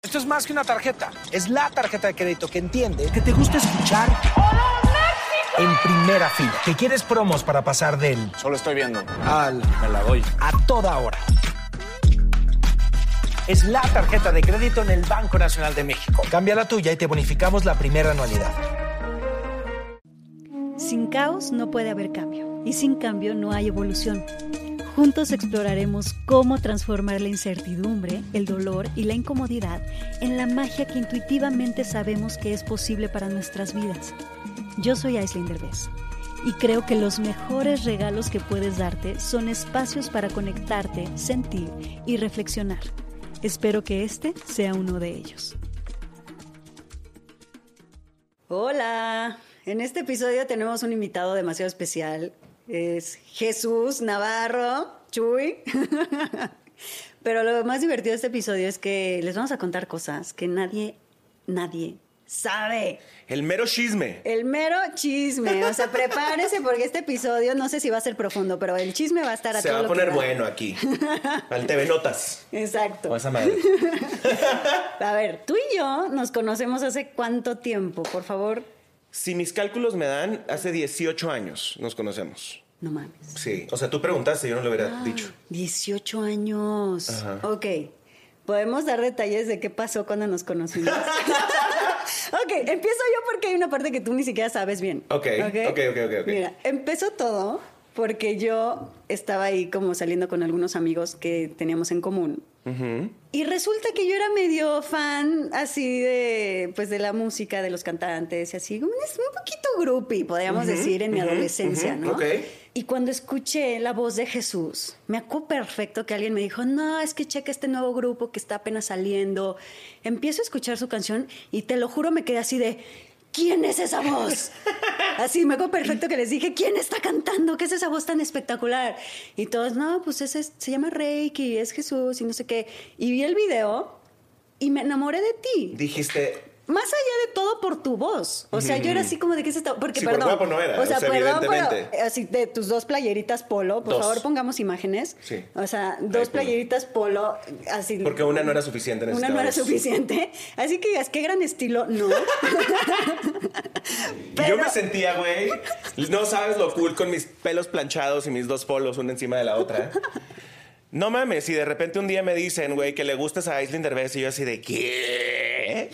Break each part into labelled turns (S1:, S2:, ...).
S1: Esto es más que una tarjeta, es la tarjeta de crédito que entiende que te gusta escuchar en primera fila, que quieres promos para pasar del
S2: Solo estoy viendo.
S1: al
S2: Me la doy.
S1: a toda hora. Es la tarjeta de crédito en el Banco Nacional de México. Cambia la tuya y te bonificamos la primera anualidad.
S3: Sin caos no puede haber cambio y sin cambio no hay evolución. Juntos exploraremos cómo transformar la incertidumbre, el dolor y la incomodidad en la magia que intuitivamente sabemos que es posible para nuestras vidas. Yo soy Aislinder Derbez y creo que los mejores regalos que puedes darte son espacios para conectarte, sentir y reflexionar. Espero que este sea uno de ellos. Hola, en este episodio tenemos un invitado demasiado especial. Es Jesús Navarro, Chuy. Pero lo más divertido de este episodio es que les vamos a contar cosas que nadie, nadie sabe.
S2: El mero chisme.
S3: El mero chisme. O sea, prepárese porque este episodio no sé si va a ser profundo, pero el chisme va a estar a
S2: Se
S3: todo
S2: va a
S3: lo
S2: poner
S3: que da.
S2: bueno aquí. Al TV Notas.
S3: Exacto.
S2: O esa madre.
S3: A ver, tú y yo nos conocemos hace cuánto tiempo, por favor.
S2: Si mis cálculos me dan, hace 18 años nos conocemos.
S3: No mames.
S2: Sí. O sea, tú preguntaste, yo no lo hubiera dicho.
S3: 18 Ah, años.
S2: Ajá.
S3: Ok. ¿Podemos dar detalles de qué pasó cuando nos conocimos? ok, empiezo yo porque hay una parte que tú ni siquiera sabes bien.
S2: Ok, ok, ok, ok, ok.
S3: Mira, empezó todo porque yo estaba ahí como saliendo con algunos amigos que teníamos en común. Y resulta que yo era medio fan así de, pues, de la música, de los cantantes y así. como Es un poquito groupie, podríamos decir, en mi adolescencia,
S2: ujú,
S3: ¿no?
S2: ok.
S3: Y cuando escuché la voz de Jesús, me acuerdo perfecto que alguien me dijo, no, es que checa este nuevo grupo que está apenas saliendo. Empiezo a escuchar su canción y te lo juro me quedé así de, ¿quién es esa voz? Así, me acuerdo perfecto que les dije, ¿quién está cantando? ¿Qué es esa voz tan espectacular? Y todos, no, pues ese es- se llama Reiki, es Jesús y no sé qué. Y vi el video y me enamoré de ti.
S2: Dijiste,
S3: Más allá de todo por tu voz. O sea, yo era así como de que se está. Porque,
S2: Sí, por
S3: perdón.
S2: guapo no era,
S3: O sea,
S2: o sea,
S3: perdón, pero,
S2: evidentemente.
S3: eh, así de tus dos playeritas polo. Por
S2: Dos.
S3: favor, pongamos imágenes.
S2: Sí.
S3: O sea,
S2: Ahí,
S3: dos
S2: polo.
S3: playeritas polo. Así.
S2: porque una no era suficiente.
S3: Una no era
S2: necesitabas-
S3: suficiente. Así que digas, qué gran estilo. No.
S2: Y
S3: Pero-
S2: Yo me sentía, güey. No sabes lo cool con mis pelos planchados y mis dos polos una encima de la otra. No mames, y de repente un día me dicen, güey, que le gustas a Aislinn Derbez y yo así de ¿qué?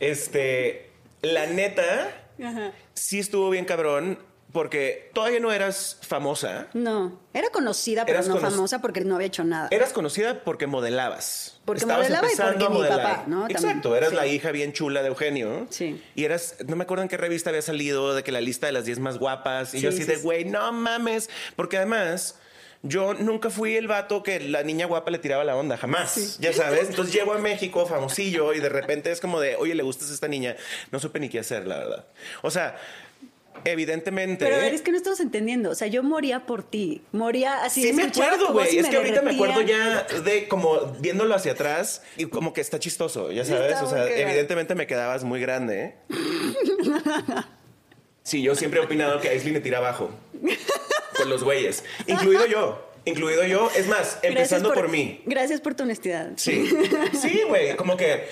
S2: Este, la neta,
S3: Ajá.
S2: sí estuvo bien cabrón porque todavía no eras famosa.
S3: No. Era conocida, pero
S2: Eras
S3: no
S2: cono-
S3: famosa porque no había hecho nada.
S2: Eras conocida porque modelabas.
S3: Porque modelaba y porque mi papá, ¿no? También,
S2: Exacto, eras
S3: sí.
S2: la hija bien chula de Eugenio.
S3: Sí.
S2: Y eras, no me acuerdo en qué revista había salido, de que la lista de las 10 más guapas. Y yo
S3: Sí,
S2: así
S3: sí,
S2: de,
S3: sí.
S2: güey, no mames. Porque además, yo nunca fui el vato que la niña guapa le tiraba la onda, jamás. Ya sabes. Entonces llego a México, famosillo, y de repente es como de, oye, le gustas a esta niña. No supe ni qué hacer, la verdad. O sea, evidentemente.
S3: Pero a ver, es que no estamos entendiendo. O sea, yo moría por ti. Moría así.
S2: Sí, me
S3: escuchaba
S2: acuerdo,
S3: tu voz
S2: güey.
S3: y
S2: Es que ahorita me
S3: derretía.
S2: acuerdo ya de como viéndolo hacia atrás y como que está chistoso, ya
S3: Sí,
S2: sabes.
S3: está
S2: O sea,
S3: muy cagado.
S2: evidentemente me quedabas muy grande. ¿eh? Sí, yo siempre he opinado que Aislinn me tira abajo con los güeyes, incluido yo, incluido yo. Es más,
S3: Gracias
S2: empezando por mí.
S3: Gracias por tu honestidad.
S2: Sí, sí, güey, como que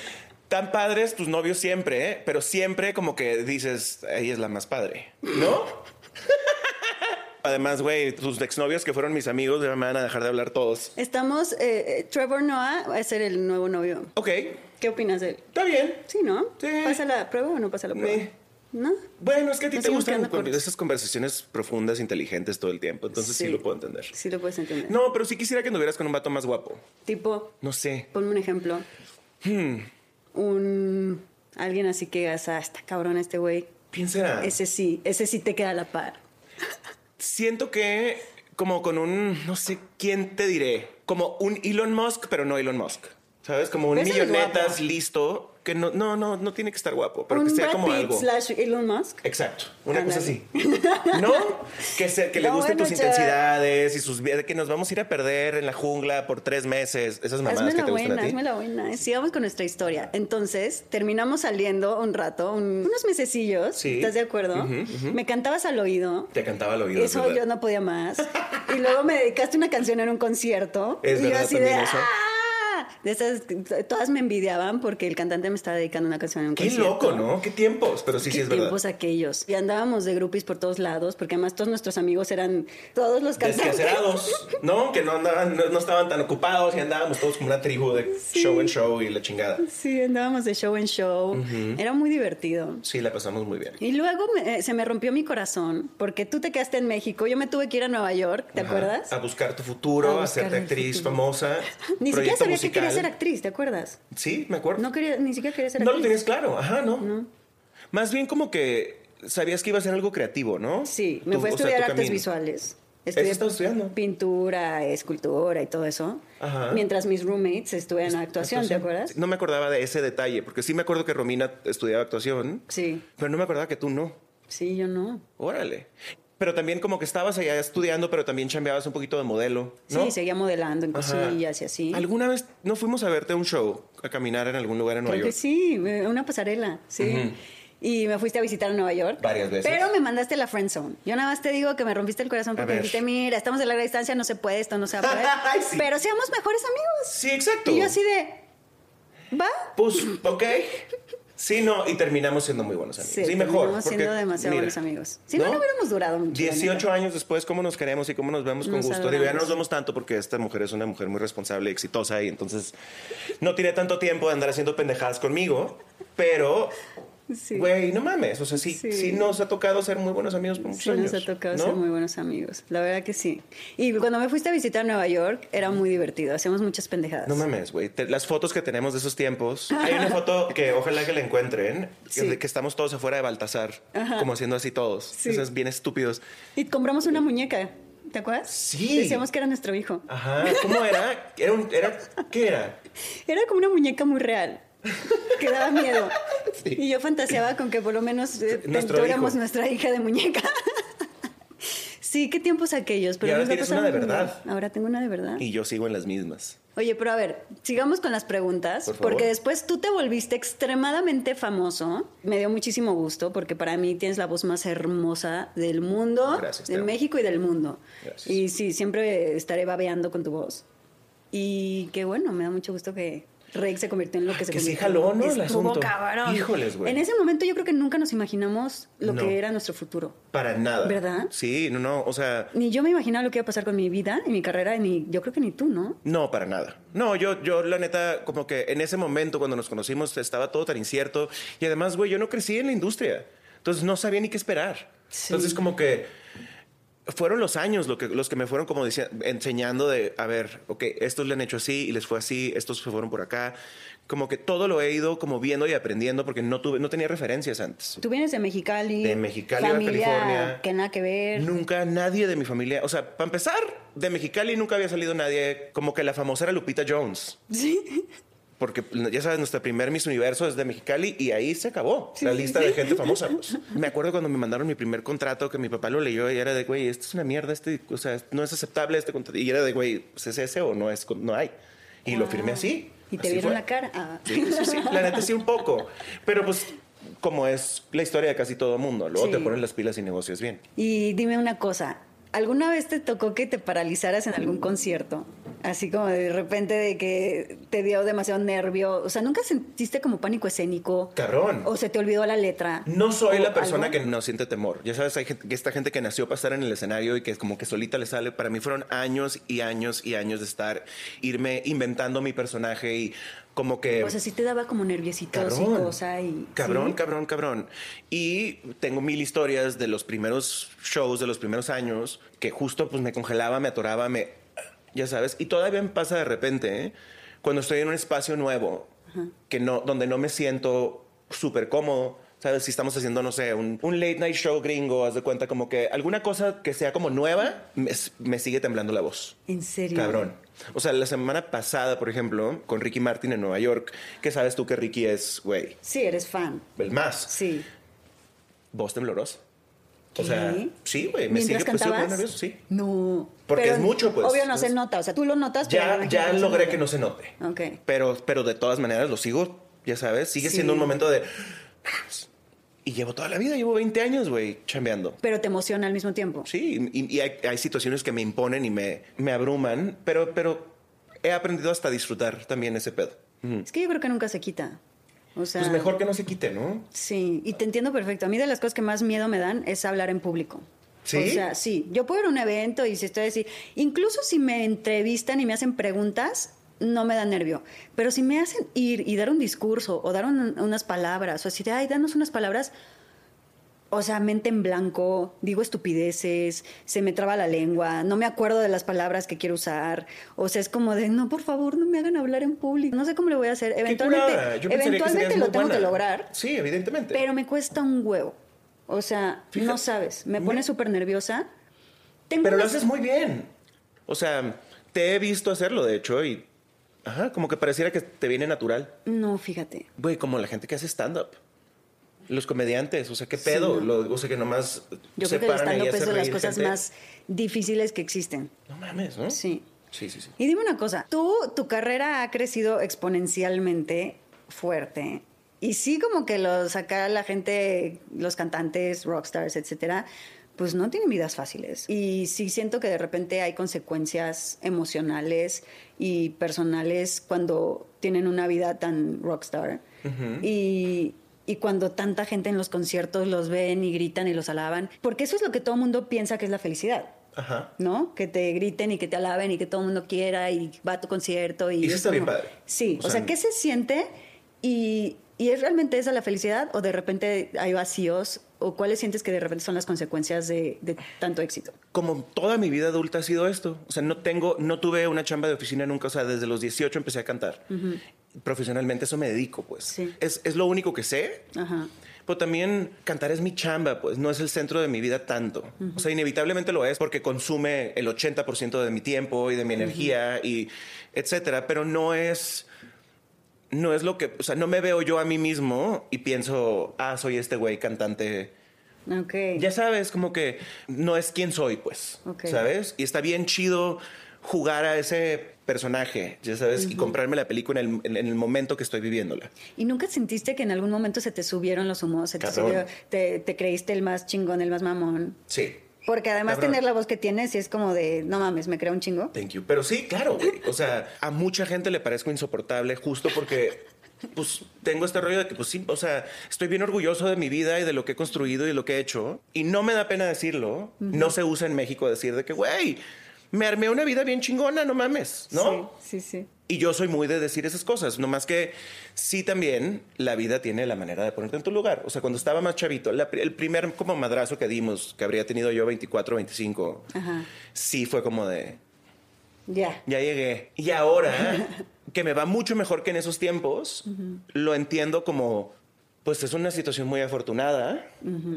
S2: tan padres tus novios siempre, ¿eh? pero siempre como que dices, ella es la más padre, ¿no? Además, güey, tus exnovios que fueron mis amigos ya me van a dejar de hablar todos.
S3: Estamos, eh, eh, Trevor Noah va a ser el nuevo novio.
S2: Ok,
S3: ¿Qué opinas de él?
S2: está bien.
S3: Sí, ¿no?
S2: Sí.
S3: ¿Pasa la prueba o no pasa la prueba?
S2: Eh.
S3: ¿No?
S2: Bueno, es que a ti
S3: Nos
S2: te
S3: seguimos
S2: gustan
S3: quedando cortos.
S2: esas conversaciones profundas, inteligentes todo el tiempo, entonces sí,
S3: Sí.
S2: lo puedo entender.
S3: Sí lo puedes entender.
S2: No, pero sí quisiera que anduvieras con un vato más guapo.
S3: Tipo,
S2: No sé.
S3: ponme un ejemplo.
S2: Hmm.
S3: Un... Alguien así que digas, ah, está cabrón este güey.
S2: Piensa.
S3: Ese sí, ese sí te queda a la par.
S2: Siento que como con un, no sé quién te diré, como un Elon Musk, pero no Elon Musk. ¿Sabes? Como un
S3: Pero ese es
S2: millonetas
S3: guapo.
S2: listo, que no, no, no, no tiene que estar guapo, pero
S3: un
S2: que sea
S3: Brad
S2: como
S3: Pitt
S2: algo.
S3: slash Elon Musk.
S2: Exacto, una cosa así.
S3: Ándale.
S2: ¿No? Que, se- que le
S3: No,
S2: gusten
S3: bueno,
S2: tus
S3: ya.
S2: intensidades y sus vidas, que nos vamos a ir a perder en la jungla por tres meses. Esas
S3: Hazme
S2: mamadas que
S3: la
S2: te gustan
S3: buena,
S2: a ti.
S3: hazme la buena. Sigamos con nuestra historia. Entonces, terminamos saliendo un rato, un- unos mesecillos.
S2: Sí.
S3: ¿Estás de acuerdo? Me cantabas al oído.
S2: Te cantaba al oído. es
S3: Eso
S2: verdad.
S3: yo no podía más. Y luego me dedicaste una canción en un concierto.
S2: Es
S3: y yo
S2: verdad
S3: así de.
S2: también eso.
S3: "Ah". De esas, todas me envidiaban porque el cantante me estaba dedicando una canción en un
S2: Qué
S3: concierto.
S2: loco, ¿no? Qué tiempos. Pero sí, sí
S3: Qué
S2: es verdad.
S3: tiempos aquellos. Y andábamos de groupies por todos lados, porque además todos nuestros amigos eran todos los cantantes.
S2: Desquacerados, ¿no? Que no andaban, no, no estaban tan ocupados y andábamos todos como una tribu de
S3: Sí.
S2: show en show y la chingada.
S3: Sí, andábamos de show en show. Era muy divertido.
S2: Sí, la pasamos muy bien.
S3: Y luego me- eh, se me rompió mi corazón, porque tú te quedaste en México, yo me tuve que ir a Nueva York, ¿te
S2: Ajá. Ah,
S3: acuerdas?
S2: A buscar tu futuro,
S3: A
S2: a
S3: buscar
S2: hacerte
S3: mi
S2: actriz
S3: futuro.
S2: famosa.
S3: Ni siquiera
S2: proyecto
S3: sabía que
S2: musical.
S3: quería ser actriz, ¿te acuerdas?
S2: Sí, me acuerdo.
S3: No quería, ni siquiera quería ser
S2: No lo
S3: actriz.
S2: tenías claro, ajá, ¿no? Más bien como que sabías que iba a ser algo creativo, ¿no?
S3: Sí, me
S2: Tu-
S3: fui a
S2: o sea, tu
S3: estudiar artes
S2: camino.
S3: visuales.
S2: Eso estaba estudiando.
S3: Pintura, escultura y todo eso.
S2: Ajá.
S3: Mientras mis roommates estudian actuación, ¿te acuerdas?
S2: No me acordaba de ese detalle, porque sí me acuerdo que Romina estudiaba actuación,
S3: Sí,
S2: pero no me acordaba que tú no.
S3: sí, yo no.
S2: Órale. Pero también como que estabas allá estudiando, pero también chambeabas un poquito de modelo, ¿no?
S3: Sí, seguía modelando en
S2: Ajá.
S3: cosillas y así.
S2: ¿Alguna vez no fuimos a verte a un show, a caminar en algún lugar en Nueva
S3: Creo que
S2: York?
S3: sí, eh, una pasarela, sí. Y me fuiste a visitar a Nueva York.
S2: Varias veces.
S3: Pero me mandaste la friend zone. Yo nada más te digo que me rompiste el corazón porque
S2: ver.
S3: dijiste, mira, estamos a larga distancia, no se puede, esto no se va a poder.
S2: Ay, sí.
S3: Pero seamos mejores amigos.
S2: Sí, exacto.
S3: Y yo así de, ¿va?
S2: Pues, ok. Sí, no, y terminamos siendo muy buenos amigos. Sí, mejor.
S3: terminamos
S2: porque,
S3: siendo demasiado
S2: mira,
S3: buenos amigos. Si no, no hubiéramos durado mucho. la neta.
S2: 18 años después, cómo nos queremos y cómo nos vemos con
S3: Nos
S2: gusto. Digo, ya no
S3: adoramos.
S2: nos vemos tanto porque esta mujer es una mujer muy responsable y exitosa y entonces no tiene tanto tiempo de andar haciendo pendejadas conmigo, pero...
S3: Sí.
S2: Güey, no mames, o sea, sí,
S3: Sí.
S2: sí. nos ha tocado ser muy buenos amigos por muchos
S3: Sí,
S2: años.
S3: nos ha tocado
S2: ¿no?
S3: ser muy buenos amigos. La verdad que sí. Y cuando me fuiste a visitar a Nueva York, era muy divertido. Hacíamos muchas pendejadas.
S2: No mames, güey. Te- Las fotos que tenemos de esos tiempos. Hay una foto que ojalá que la encuentren, que,
S3: Sí.
S2: de que estamos todos afuera de Baltasar,
S3: Ajá.
S2: como haciendo así todos.
S3: Sí.
S2: Esos bien estúpidos.
S3: Y compramos una muñeca. ¿Te acuerdas?
S2: Sí.
S3: Decíamos que era nuestro hijo.
S2: Ajá. ¿Cómo era? Era un, era, ¿Qué era?
S3: Era como una muñeca muy real. Que daba miedo.
S2: Sí.
S3: Y yo fantaseaba con que por lo menos eh,
S2: Nuestro
S3: tuviéramos
S2: hijo.
S3: nuestra hija de muñeca. sí, qué tiempos aquellos. Pero
S2: Y ahora
S3: nos la
S2: tienes una de
S3: pasamos muy
S2: verdad.
S3: bien. Ahora tengo una de verdad.
S2: Y yo sigo en las mismas.
S3: Oye, pero a ver, sigamos con las preguntas,
S2: Por favor.
S3: porque después tú te volviste extremadamente famoso. Me dio muchísimo gusto, porque para mí tienes la voz más hermosa del mundo,
S2: Gracias, te
S3: de
S2: amo.
S3: México y del mundo.
S2: Gracias.
S3: Y sí, siempre estaré babeando con tu voz. Y qué bueno, me da mucho gusto que Rey se convirtió en lo que se
S2: Ah, Que sí
S3: convirtió.
S2: jaló, ¿no? El
S3: Estuvo
S2: asunto.
S3: cabrón.
S2: Híjoles, güey.
S3: En ese momento yo creo que nunca nos imaginamos lo
S2: No.
S3: que era nuestro futuro.
S2: Para nada.
S3: ¿Verdad?
S2: Sí, no, no. O sea,
S3: Ni yo me imaginaba lo que iba a pasar con mi vida, ni mi carrera, ni yo creo que ni tú, ¿no?
S2: No, para nada. No, yo, yo la neta, como que en ese momento cuando nos conocimos estaba todo tan incierto y además, güey, yo no crecí en la industria, entonces no sabía ni qué esperar.
S3: Sí.
S2: Entonces como que fueron los años lo que, los que me fueron como dici- enseñando de, a ver, ok, estos le han hecho así y les fue así, estos se fueron por acá. Como que todo lo he ido como viendo y aprendiendo porque no, tuve, no tenía referencias antes.
S3: Tú vienes de Mexicali.
S2: De Mexicali, Baja
S3: familia
S2: California.
S3: Que nada que ver.
S2: Nunca nadie de mi familia, o sea, para empezar, de Mexicali nunca había salido nadie como que la famosa era Lupita Jones.
S3: Sí.
S2: Porque ya sabes, nuestra primer Miss Universo es de Mexicali y ahí se acabó
S3: Sí,
S2: la
S3: sí,
S2: lista
S3: sí.
S2: de gente famosa. pues. Me acuerdo cuando me mandaron mi primer contrato que mi papá lo leyó y era de, güey, esto es una mierda, este, o sea, no es aceptable este contrato. Y era de, güey, pues, ¿es ese o no es? No hay. Y lo firmé así.
S3: Y te
S2: Así
S3: vieron
S2: fue.
S3: la cara. Ah.
S2: Sí, sí, sí. La neta sí un poco. Pero pues, como es la historia de casi todo mundo, luego
S3: Sí.
S2: te ponen las pilas y negocias bien.
S3: Y dime una cosa. ¿Alguna vez te tocó que te paralizaras en algún concierto? Así como de repente de que te dio demasiado nervio. O sea, ¿nunca sentiste como pánico escénico?
S2: Cabrón.
S3: ¿O se te olvidó la letra?
S2: No soy
S3: ¿O
S2: la persona
S3: algo?
S2: que no siente temor. Ya sabes, hay gente, que esta gente que nació para estar en el escenario y que como que solita le sale. Para mí fueron años y años y años de estar, irme inventando mi personaje y como que...
S3: O sea, sí te daba como nerviositos y cosa y...
S2: Cabrón,
S3: ¿sí?
S2: cabrón, cabrón. Y tengo mil historias de los primeros shows, de los primeros años, que justo pues me congelaba, me atoraba, me... Ya sabes, y todavía me pasa de repente, ¿eh? cuando estoy en un espacio nuevo, que no, donde no me siento súper cómodo. ¿Sabes? Si estamos haciendo, no sé, un, un late night show gringo, haz de cuenta como que alguna cosa que sea como nueva, me, me sigue temblando la voz.
S3: ¿En serio?
S2: Cabrón. O sea, la semana pasada, por ejemplo, con Ricky Martin en Nueva York, que sabes tú que Ricky es, güey,
S3: Sí, eres fan.
S2: el más.
S3: Sí.
S2: Voz temblorosa.
S3: ¿Qué?
S2: O sea, sí, güey, me sigue
S3: ¿Mientras
S2: pues, sigo
S3: cantabas?
S2: nervioso, sí.
S3: No.
S2: Porque es mucho, pues.
S3: Obvio no se
S2: Entonces-
S3: nota. O sea, tú lo notas, pero...
S2: Ya,
S3: la
S2: ya
S3: gente
S2: logré
S3: nota.
S2: que no se note.
S3: Ok.
S2: Pero, pero de todas maneras lo sigo, ya sabes, sigue
S3: Sí.
S2: siendo un momento de... Y llevo toda la vida, llevo 20 años, güey, chambeando.
S3: Pero te emociona al mismo tiempo.
S2: Sí, y, y hay, hay situaciones que me imponen y me, me abruman, pero, pero he aprendido hasta disfrutar también ese pedo.
S3: Es que yo creo que nunca se quita. O sea,
S2: Pues mejor que no se quite, ¿no?
S3: Sí, y te entiendo perfecto. A mí de las cosas que más miedo me dan es hablar en público.
S2: ¿Sí?
S3: O sea, sí. Yo puedo ir a un evento y si estoy así, incluso si me entrevistan y me hacen preguntas, no me da nervio. Pero si me hacen ir y dar un discurso o dar un- unas palabras o así de, ay, danos unas palabras, o sea, mente en blanco, digo estupideces, se me traba la lengua, no me acuerdo de las palabras que quiero usar. O sea, es como de, no, por favor, no me hagan hablar en público. No sé cómo le voy a hacer.
S2: Qué
S3: Eventualmente,
S2: curada. Yo pensaría que
S3: eventualmente
S2: serías
S3: lo
S2: muy
S3: tengo que
S2: buena.
S3: lograr.
S2: Sí, evidentemente.
S3: Pero me cuesta un huevo. O sea,
S2: Fíjate.
S3: no sabes. Me
S2: Me-
S3: pone súper nerviosa. Tengo
S2: Pero lo
S3: unas-
S2: haces muy bien. O sea, te he visto hacerlo, de hecho, y... Ajá, como que pareciera que te viene natural.
S3: No, fíjate.
S2: Güey, como la gente que hace stand-up. Los comediantes, o sea, qué pedo. Lo- o sea, que nomás
S3: Yo
S2: se
S3: creo que el
S2: paran ahí a
S3: stand-up es
S2: hacer
S3: de las
S2: reír
S3: cosas
S2: gente. ¿Eh?
S3: más difíciles que existen.
S2: No mames, ¿no?
S3: Sí.
S2: Sí, sí, sí.
S3: Y dime una cosa. Tú, tu carrera ha crecido exponencialmente fuerte. Y sí, como que los acá la gente, los cantantes, rockstars, etcétera, pues no tienen vidas fáciles. Y sí siento que de repente hay consecuencias emocionales y personales cuando tienen una vida tan rockstar. y, y cuando tanta gente en los conciertos los ven y gritan y los alaban. Porque eso es lo que todo el mundo piensa que es la felicidad.
S2: Ajá.
S3: ¿no? Que te griten y que te alaben y que todo el mundo quiera y va a tu concierto. Y
S2: Y eso
S3: es
S2: está bien
S3: como-
S2: padre.
S3: Sí,
S2: O
S3: o,
S2: sea,
S3: sea, ¿qué se siente? Y, y es realmente esa la felicidad o de repente hay vacíos? ¿O cuáles sientes que de repente son las consecuencias de, de tanto éxito?
S2: como toda mi vida adulta ha sido esto. O sea, no tengo, no tuve una chamba de oficina nunca. O sea, desde los 18 empecé a cantar. Profesionalmente eso me dedico, pues.
S3: Sí.
S2: Es, es lo único que sé.
S3: Ajá.
S2: Pero también cantar es mi chamba, pues no es el centro de mi vida tanto. O sea, inevitablemente lo es porque consume el 80% de mi tiempo y de mi energía y etcétera, pero no es no es lo que, o sea, no me veo yo a mí mismo y pienso, ah, soy este güey cantante
S3: Ok.
S2: ya sabes, como que no es quien soy, pues,
S3: Ok.
S2: ¿sabes? Y está bien chido jugar a ese personaje, ya sabes, y comprarme la película en el, en- en el momento que estoy viviéndola.
S3: ¿Y nunca sentiste que en algún momento se te subieron los humos? ¿Se te,
S2: Cabrón.
S3: subió- te, te creíste el más chingón, el más mamón?
S2: Sí.
S3: Porque además
S2: Cabrón.
S3: tener la voz que tienes y es como de, no mames, me creo un chingo.
S2: Thank you. Pero sí, claro, güey. O sea, a mucha gente le parezco insoportable justo porque, pues, tengo este rollo de que, pues, sí, o sea, estoy bien orgulloso de mi vida y de lo que he construido y lo que he hecho. Y no me da pena decirlo. No se usa en México decir de que, güey, me armé una vida bien chingona, no mames, ¿no?
S3: Sí, sí, sí.
S2: Y yo soy muy de decir esas cosas, no más que sí también la vida tiene la manera de ponerte en tu lugar. O sea, cuando estaba más chavito, la pri- el primer como madrazo que dimos, que habría tenido yo 24, 25,
S3: Ajá.
S2: sí fue como de,
S3: Ya.
S2: ya llegué. Y ahora, que me va mucho mejor que en esos tiempos, lo entiendo como, pues es una situación muy afortunada.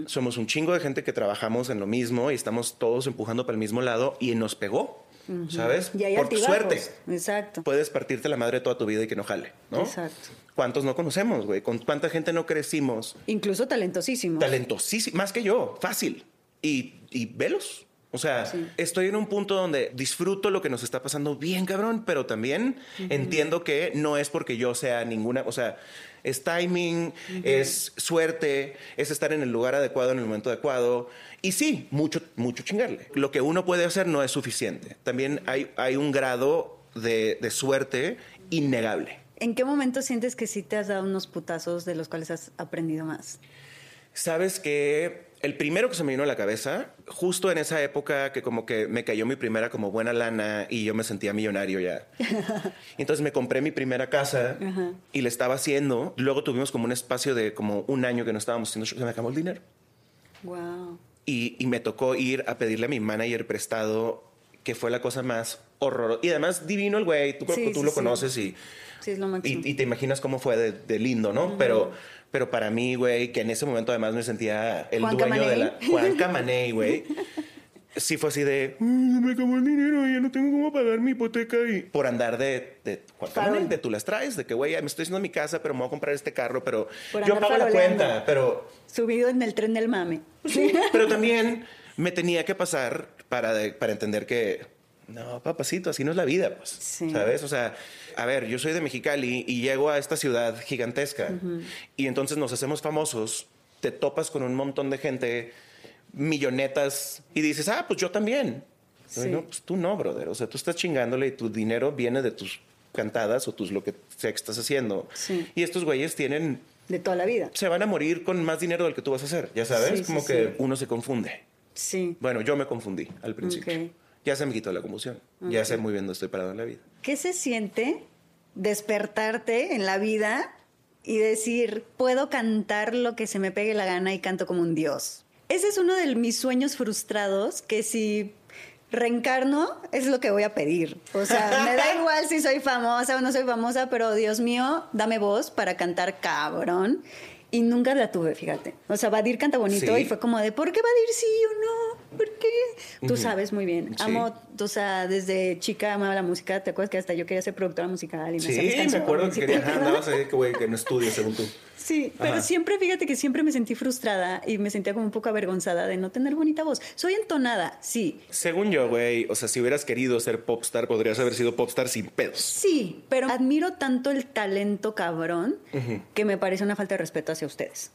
S2: Somos un chingo de gente que trabajamos en lo mismo y estamos todos empujando para el mismo lado y nos pegó, ¿sabes?
S3: Y hay
S2: Por
S3: altibajos.
S2: suerte
S3: Exacto.
S2: puedes partirte la madre toda tu vida y que no jale, ¿no?
S3: Exacto.
S2: ¿Cuántos no conocemos, güey? ¿Con cuánta gente no crecimos?
S3: Incluso talentosísimo.
S2: Talentosísimo, más que yo, fácil. Y, y velos. O sea, estoy en un punto donde disfruto lo que nos está pasando bien, cabrón, pero también entiendo que no es porque yo sea ninguna, o sea, es timing, es suerte, es estar en el lugar adecuado en el momento adecuado. Y sí, mucho, mucho chingarle. Lo que uno puede hacer no es suficiente. También hay, hay un grado de, de suerte innegable.
S3: ¿En qué momento sientes que sí te has dado unos putazos de los cuales has aprendido más?
S2: Sabes que el primero que se me vino a la cabeza, justo en esa época que como que me cayó mi primera como buena lana y yo me sentía millonario ya. Y entonces me compré mi primera casa y le estaba haciendo. Luego tuvimos como un espacio de como un año que no estábamos haciendo shows. Se me acabó el dinero.
S3: Wow.
S2: Y, y me tocó ir a pedirle a mi manager prestado, que fue la cosa más horrorosa. Y además divino el güey, tú, creo
S3: Sí,
S2: que tú
S3: sí,
S2: lo
S3: sí.
S2: conoces y...
S3: Sí, es lo máximo.
S2: Y, y te imaginas cómo fue de, de lindo, ¿no? Pero, pero para mí, güey, que en ese momento además me sentía el
S3: Juanca
S2: dueño de
S3: Maney.
S2: la. Juan Camaney, güey. Sí fue así de, "Ay, se me acabó el dinero, ya no tengo cómo pagar mi hipoteca. Y... Por andar de, de Juan
S3: Farol.
S2: Camaney, de tú las traes, de que, güey, me estoy haciendo mi casa, pero me voy a comprar este carro, pero
S3: Por
S2: yo
S3: andar
S2: pago la
S3: faroleando.
S2: cuenta, pero...
S3: Subido en el tren del mame.
S2: Pero también me tenía que pasar para, de- para entender que, no, papacito, así no es la vida, pues.
S3: Sí.
S2: ¿Sabes? O sea, a ver, yo soy de Mexicali y llego a esta ciudad gigantesca y entonces nos hacemos famosos, te topas con un montón de gente, millonetas, y dices, ah, pues yo también. Yo digo, no, pues tú no, brother. O sea, tú estás chingándole y tu dinero viene de tus cantadas o tus lo que sea que estás haciendo.
S4: Sí.
S2: Y estos güeyes tienen,
S3: De toda la vida.
S2: se van a morir con más dinero del que tú vas a hacer, ya sabes,
S3: Sí,
S2: como
S3: sí,
S2: que
S3: sí.
S2: uno se confunde.
S3: Sí.
S2: Bueno, yo me confundí al principio.
S3: Ok.
S2: Ya se me quitó la confusión. Ya sé muy bien dónde estoy parado en la vida.
S3: ¿Qué se siente despertarte en la vida y decir, puedo cantar lo que se me pegue la gana y canto como un dios? Ese es uno de mis sueños frustrados que si reencarno es lo que voy a pedir. O sea, me da igual si soy famosa o no soy famosa, pero Dios mío, dame voz para cantar cabrón. Y nunca la tuve, fíjate. O sea, Badir canta bonito
S2: Sí.
S3: y fue como de, ¿por qué Badir sí o no? ¿Por qué? Tú
S2: Ujú.
S3: sabes muy bien.
S2: Sí.
S3: Amo o sea, desde chica amaba la música. ¿Te acuerdas que hasta yo quería ser productora musical? Y me hacía mis
S2: Sí, me
S3: canciones
S2: acuerdo que
S3: y
S2: quería,
S3: todo?
S2: ajá, andabas ahí que, güey, que no estudias según tú.
S3: Sí, pero
S2: Ajá.
S3: siempre, fíjate que siempre me sentí frustrada y me sentía como un poco avergonzada de no tener bonita voz. Soy entonada, sí,
S2: Según yo, güey, o sea, si hubieras querido ser popstar, podrías haber sido popstar sin pedos.
S3: sí, pero admiro tanto el talento cabrón que me parece una falta de respeto hacia ustedes.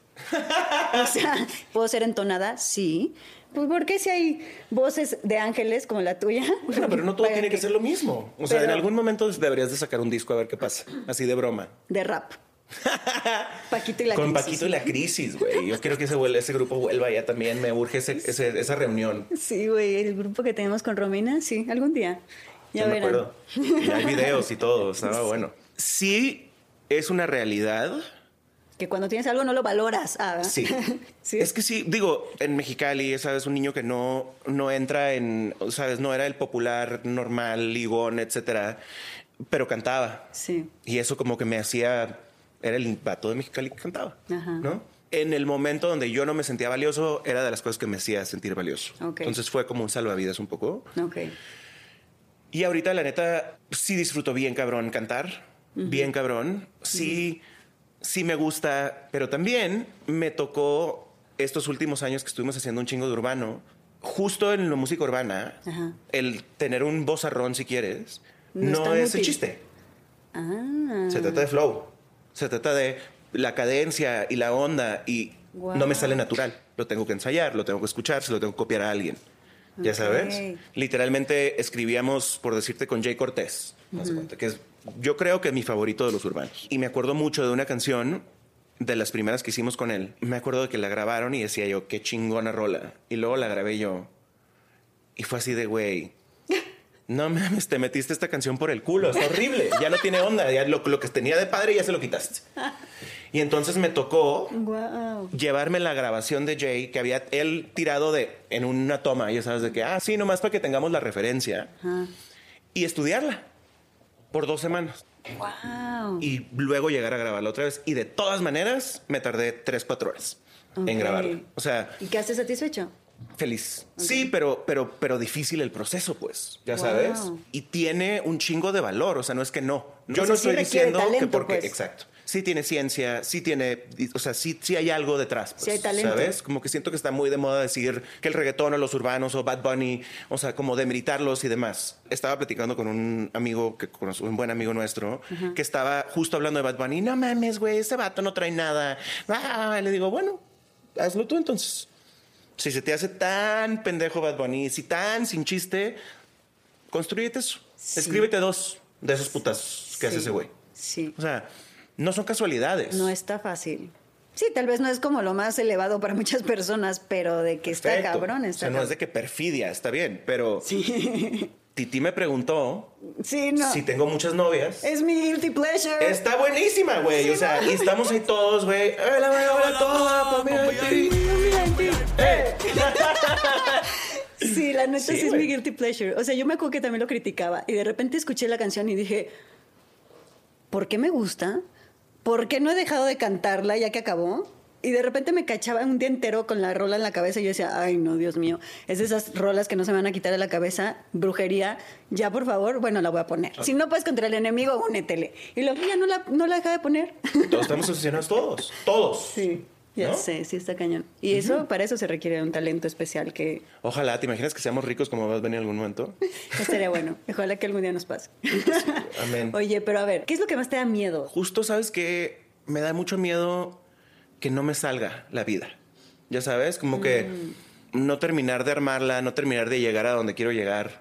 S3: o sea, ¿puedo ser entonada? Sí. Pues porque si hay voces de ángeles como la tuya.
S2: Bueno, pero no todo
S3: para
S2: tiene que ser lo mismo. O sea,
S3: Pero-
S2: en algún momento deberías de sacar un disco a ver qué pasa. Así de broma.
S3: De rap. Paquito y la
S2: Con
S3: Crisis.
S2: Paquito y la crisis, güey. Yo quiero que ese, vuel- ese grupo vuelva ya también. Me urge ese- ese- esa reunión.
S3: Sí, güey, el grupo que tenemos con Romina, sí, algún día. Ya
S2: Ya me
S3: verán.
S2: acuerdo. Y hay videos y todo. Estaba bueno. Sí, es una realidad.
S3: Que cuando tienes algo no lo valoras. Ah, ¿verdad?
S2: Sí.
S3: sí.
S2: Es que sí, digo, en Mexicali, ¿sabes? Un niño que no, no entra en, ¿sabes? No era el popular, normal, ligón, etcétera, pero cantaba.
S3: Sí.
S2: Y eso como que me hacía, era el vato de Mexicali que cantaba,
S3: Ajá.
S2: ¿no? En el momento donde yo no me sentía valioso, era de las cosas que me hacía sentir valioso.
S3: Ok.
S2: Entonces fue como un salvavidas un poco.
S3: Ok.
S2: Y ahorita, la neta, sí disfruto bien cabrón cantar. Bien cabrón. Sí, sí me gusta. Pero también me tocó estos últimos años que estuvimos haciendo un chingo de urbano. Justo en la música urbana,
S3: Ajá.
S2: el tener un vozarrón, si quieres,
S3: No es
S2: no,
S3: tan
S2: es el
S3: útil.
S2: chiste.
S3: Ah.
S2: Se trata de flow. Se trata de la cadencia y la onda y
S3: Guau.
S2: no me sale natural. Lo tengo que ensayar, lo tengo que escuchar, se lo tengo que copiar a alguien. Ya
S3: Ok.
S2: sabes. Literalmente escribíamos, por decirte, con Jay Cortés, haz de cuenta, que es yo creo que mi favorito de los urbanos. Y me acuerdo mucho de una canción de las primeras que hicimos con él. Me acuerdo de que la grabaron y decía yo, qué chingona rola. Y luego la grabé yo. Y fue así de, güey, no mames, te metiste esta canción por el culo, está horrible, ya no tiene onda, ya lo, lo que tenía de padre ya se lo quitaste. Y entonces me tocó
S3: Wow.
S2: llevarme la grabación de Jay que había él tirado de en una toma, ya sabes de que, ah, sí, nomás para que tengamos la referencia
S3: Ajá.
S2: y estudiarla por dos semanas
S3: Wow.
S2: y luego llegar a grabarla otra vez. Y de todas maneras me tardé tres, cuatro horas en
S3: Ok.
S2: grabarla. O sea,
S3: ¿Y quedaste satisfecho?
S2: Feliz. Sí, pero, pero, pero difícil el proceso, pues. Ya
S3: Wow.
S2: sabes. Y tiene un chingo de valor. O sea, no es que no. Yo
S3: sea,
S2: no
S3: sí
S2: estoy
S3: requiere
S2: diciendo que
S3: talento,
S2: porque.
S3: pues.
S2: Exacto. Sí tiene ciencia, sí tiene. O sea, sí, sí hay algo detrás. Pues,
S3: Sí hay talento.
S2: ¿Sabes? Como que siento que está muy de moda decir que el reggaetón o los urbanos o Bad Bunny, o sea, como demeritarlos y demás. Estaba platicando con un amigo que conozco, un buen amigo nuestro, que estaba justo hablando de Bad Bunny. No mames, güey, ese vato no trae nada. Ah, y le digo, bueno, hazlo tú entonces. Si se te hace tan pendejo Bad Bunny, si tan sin chiste, construyete eso.
S3: Sí.
S2: Escríbete dos de esos putazos que hace
S3: Sí.
S2: ese güey.
S3: Sí.
S2: O sea, no son casualidades.
S3: No está fácil. Sí, tal vez no es como lo más elevado para muchas personas, pero de que está
S2: Perfecto.
S3: cabrón, está
S2: o sea, no es de
S3: cabrón.
S2: que perfidia, está bien, pero Titi me preguntó
S3: Sí, no.
S2: si tengo muchas novias.
S3: Es mi guilty pleasure.
S2: Está buenísima, güey. O sea, y estamos ahí todos, güey. Hola, hola, hola, toda, familia de Titi. ¡Eh!
S3: Sí, la neta sí,
S2: Sí,
S3: es mi
S2: güey.
S3: guilty pleasure. O sea, yo me acuerdo que también lo criticaba y de repente escuché la canción y dije, ¿por qué me gusta? ¿Por qué no he dejado de cantarla ya que acabó? Y de repente me cachaba un día entero con la rola en la cabeza y yo decía, ay no, Dios mío, es de esas rolas que no se me van a quitar de la cabeza, brujería, ya por favor, bueno, la voy a poner. Si no puedes contra el enemigo, únetele. Y luego ya no la, no la dejaba de poner.
S2: Todos estamos obsesionados, todos. Todos.
S3: sí, ya
S2: ¿No?
S3: sé, sí está cañón. Y eso, para eso se requiere un talento especial que
S2: Ojalá, ¿te imaginas que seamos ricos como vas a venir en algún momento?
S3: Estaría bueno. Ojalá que algún día nos pase.
S2: Amén.
S3: Oye, pero a ver, ¿qué es lo que más te da miedo?
S2: Justo sabes que me da mucho miedo que no me salga la vida. Ya sabes, como que no terminar de armarla, no terminar de llegar a donde quiero llegar.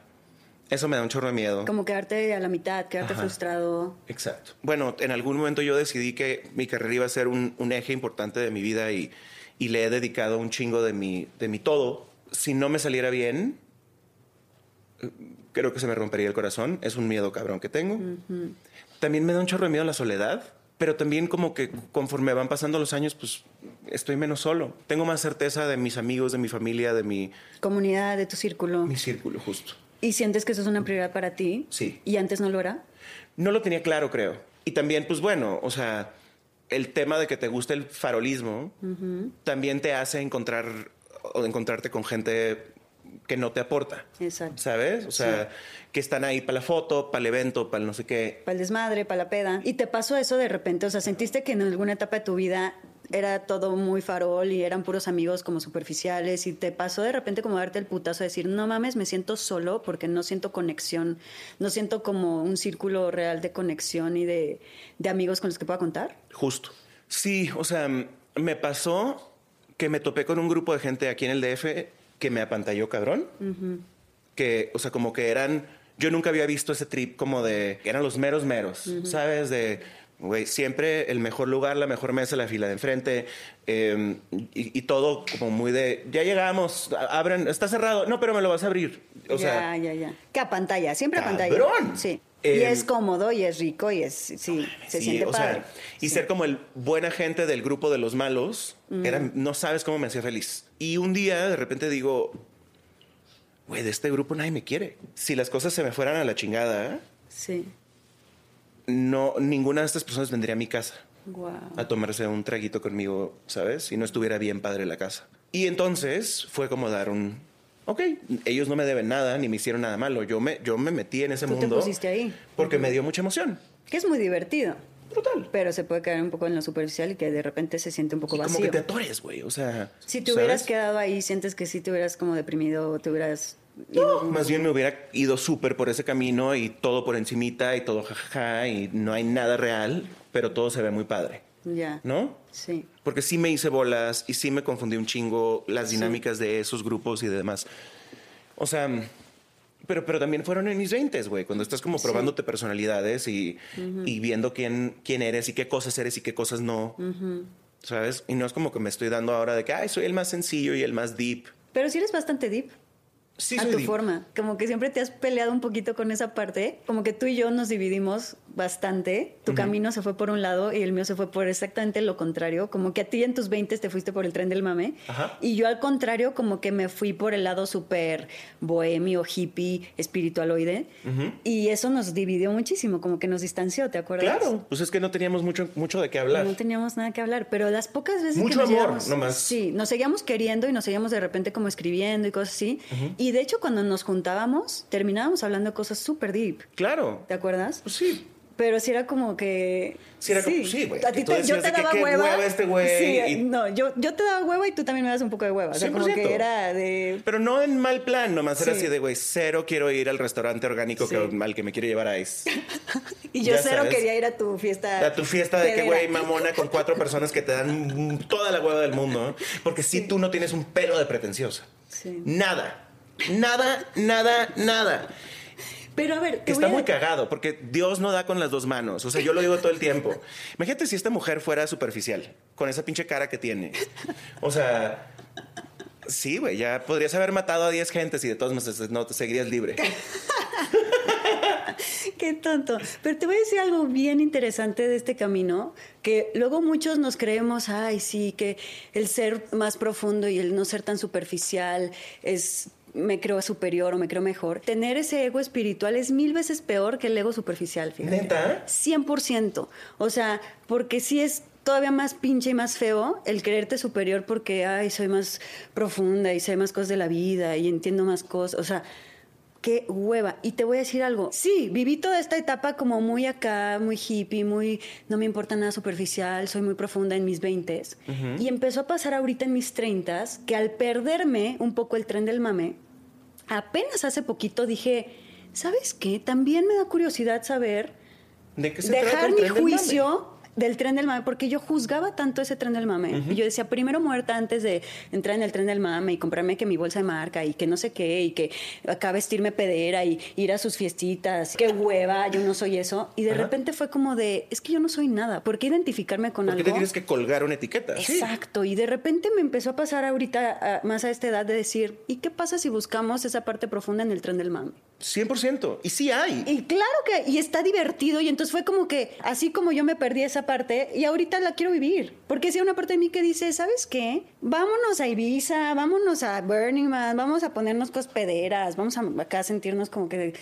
S2: Eso me da un chorro de miedo.
S3: Como quedarte a la mitad, quedarte
S2: Ajá.
S3: frustrado.
S2: Exacto. Bueno, en algún momento yo decidí que mi carrera iba a ser un, un eje importante de mi vida y, y le he dedicado un chingo de mi, de mi todo. Si no me saliera bien, eh, creo que se me rompería el corazón. Es un miedo cabrón que tengo. También me da un chorro de miedo la soledad, pero también como que conforme van pasando los años, pues estoy menos solo. Tengo más certeza de mis amigos, de mi familia, de mi,
S3: Comunidad de tu círculo.
S2: mi círculo justo.
S3: Y sientes que eso es una prioridad para ti.
S2: Sí.
S3: Y antes no lo era.
S2: No lo tenía claro, creo. Y también, pues bueno, o sea, el tema de que te gusta el farolismo también te hace encontrar o encontrarte con gente que no te aporta.
S3: Exacto.
S2: ¿Sabes? O sea, que están ahí para la foto, para el evento, para el no sé qué.
S3: Para el desmadre, para la peda. ¿Y te pasó eso de repente? O sea, ¿sentiste que en alguna etapa de tu vida era todo muy farol y eran puros amigos como superficiales? ¿Y te pasó de repente como darte el putazo a decir, no mames, me siento solo porque no siento conexión, no siento como un círculo real de conexión y de, de amigos con los que pueda contar?
S2: Justo. Sí, o sea, m- me pasó que me topé con un grupo de gente aquí en el DF que me apantalló cabrón. Que, o sea, como que eran. Yo nunca había visto ese trip como de. Eran los meros meros, ¿sabes? De. Güey, siempre el mejor lugar, la mejor mesa, la fila de enfrente eh, y, y todo como muy de. Ya llegamos, a- abran, está cerrado. No, pero me lo vas a abrir. O sea,
S3: ya, ya, ya. Que a pantalla, siempre a pantalla.
S2: ¡Cabrón!
S3: Sí. y
S2: Em,
S3: es cómodo y es rico y es, sí, se
S2: Sí,
S3: siente
S2: o sea,
S3: padre.
S2: y ser como el buen agente del grupo de los malos,
S3: Mm.
S2: era, no sabes cómo me hacía feliz. Y un día de repente digo, güey, de este grupo nadie me quiere. Si las cosas se me fueran a la chingada,
S3: Sí.
S2: no, ninguna de estas personas vendría a mi casa
S3: Wow.
S2: a tomarse un traguito conmigo, ¿sabes? Si no estuviera bien padre la casa. Y entonces fue como dar un, ok, ellos no me deben nada, ni me hicieron nada malo. Yo me, yo me metí en ese
S3: Tú te
S2: mundo.
S3: pusiste ahí.
S2: Porque me dio mucha emoción.
S3: Que es muy divertido.
S2: Brutal.
S3: Pero se puede caer un poco en lo superficial y que de repente se siente un poco
S2: Y como
S3: vacío.
S2: que te atores, güey. O sea.
S3: si te hubieras
S2: ¿sabes?
S3: quedado ahí, sientes que sí te hubieras como deprimido, te hubieras...
S2: No, más bien me hubiera ido súper por ese camino y todo por encimita y todo jajaja y no hay nada real, pero todo se ve muy padre,
S3: Ya.
S2: ¿no?
S3: Sí.
S2: Porque sí me hice bolas y sí me confundí un chingo las dinámicas de esos grupos y demás. O sea, pero, pero también fueron en mis 20, güey, cuando estás como probándote personalidades y, y viendo quién, quién eres y qué cosas eres y qué cosas no. ¿Sabes? Y no es como que me estoy dando ahora de que, ay, soy el más sencillo y el más deep.
S3: Pero sí eres bastante deep.
S2: Sí,
S3: a
S2: soy
S3: tu
S2: deep.
S3: forma. Como que siempre te has peleado un poquito con esa parte. Como que tú y yo nos dividimos bastante. Tu camino se fue por un lado y el mío se fue por exactamente lo contrario. Como que a ti en tus 20 te fuiste por el tren del mame.
S2: Ajá.
S3: Y yo al contrario, como que me fui por el lado súper bohemio, hippie, espiritualoide. Y eso nos dividió muchísimo, como que nos distanció, ¿te acuerdas?
S2: Claro, pues es que no teníamos mucho, mucho de qué hablar.
S3: No teníamos nada que hablar, pero las pocas veces
S2: Mucho
S3: que nos
S2: amor,
S3: llevamos-
S2: nomás.
S3: Sí, nos seguíamos queriendo y nos seguíamos de repente como escribiendo y cosas así. Y de hecho, cuando nos juntábamos, terminábamos hablando de cosas súper deep.
S2: Claro.
S3: ¿Te acuerdas?
S2: Pues sí.
S3: Pero si era como que.
S2: Sí, era como- sí, güey,
S3: A
S2: que
S3: ti
S2: tú
S3: te-
S2: decías
S3: yo te
S2: de que
S3: daba
S2: qué
S3: hueva.
S2: hueva este güey
S3: Sí,
S2: y-
S3: no, yo, yo te daba hueva y tú también me das un poco de hueva. O sea, como
S2: 100%.
S3: que era de.
S2: Pero no en mal plan, nomás era
S3: Sí.
S2: así de, güey, cero quiero ir al restaurante orgánico
S3: Sí.
S2: que, al que me quiere llevar a Ice.
S3: Y yo
S2: Ya
S3: cero
S2: sabes.
S3: quería ir a tu fiesta.
S2: A tu fiesta de que,
S3: pedera.
S2: güey, mamona con cuatro personas que te dan toda la hueva del mundo. ¿no? Porque si tú no tienes un pelo de pretenciosa.
S3: Sí.
S2: Nada. Nada, nada, nada.
S3: Pero a ver, te
S2: Que
S3: voy
S2: está
S3: a-
S2: muy cagado, porque Dios no da con las dos manos. O sea, yo lo digo todo el tiempo. Imagínate si esta mujer fuera superficial, con esa pinche cara que tiene. O sea, sí, güey, ya podrías haber matado a 10 gentes y de todas maneras no te seguirías libre.
S3: Qué tonto. Pero te voy a decir algo bien interesante de este camino, que luego muchos nos creemos, ay, sí, que el ser más profundo y el no ser tan superficial es me creo superior o me creo mejor. Tener ese ego espiritual es mil veces peor que el ego superficial, fíjate.
S2: ¿Neta?
S3: 100%. O sea, porque sí es todavía más pinche y más feo el creerte superior porque, ay, soy más profunda y sé más cosas de la vida y entiendo más cosas. O sea, qué hueva. Y te voy a decir algo. Sí, viví toda esta etapa como muy acá, muy hippie, muy, no me importa nada superficial, soy muy profunda en mis 20s. Y empezó a pasar ahorita en mis 30s que al perderme un poco el tren del mame, apenas hace poquito dije, ¿sabes qué? También me da curiosidad saber
S2: ¿De qué se trata
S3: dejar
S2: el
S3: mi
S2: tren del mame?
S3: juicio del tren del mame, porque yo juzgaba tanto ese tren del mame. Y yo decía, primero muerta antes de entrar en el tren del mame y comprarme que mi bolsa de marca y que no sé qué, y que acá vestirme pedera y ir a sus fiestitas, qué hueva, yo no soy eso. Y de
S2: Ajá.
S3: repente fue como de, es que yo no soy nada, ¿por qué identificarme con
S2: ¿Por qué
S3: algo?
S2: te tienes que colgar una etiqueta? Sí.
S3: Exacto, y de repente me empezó a pasar ahorita, a- más a esta edad, de decir, ¿y qué pasa si buscamos esa parte profunda en el tren del mame?
S2: 100%. Y sí hay.
S3: Y claro que, y está divertido, y entonces fue como que, así como yo me perdí esa parte, y ahorita la quiero vivir, porque si hay una parte de mí que dice, ¿sabes qué? Vámonos a Ibiza, vámonos a Burning Man, vamos a ponernos cospederas, vamos a acá sentirnos como que...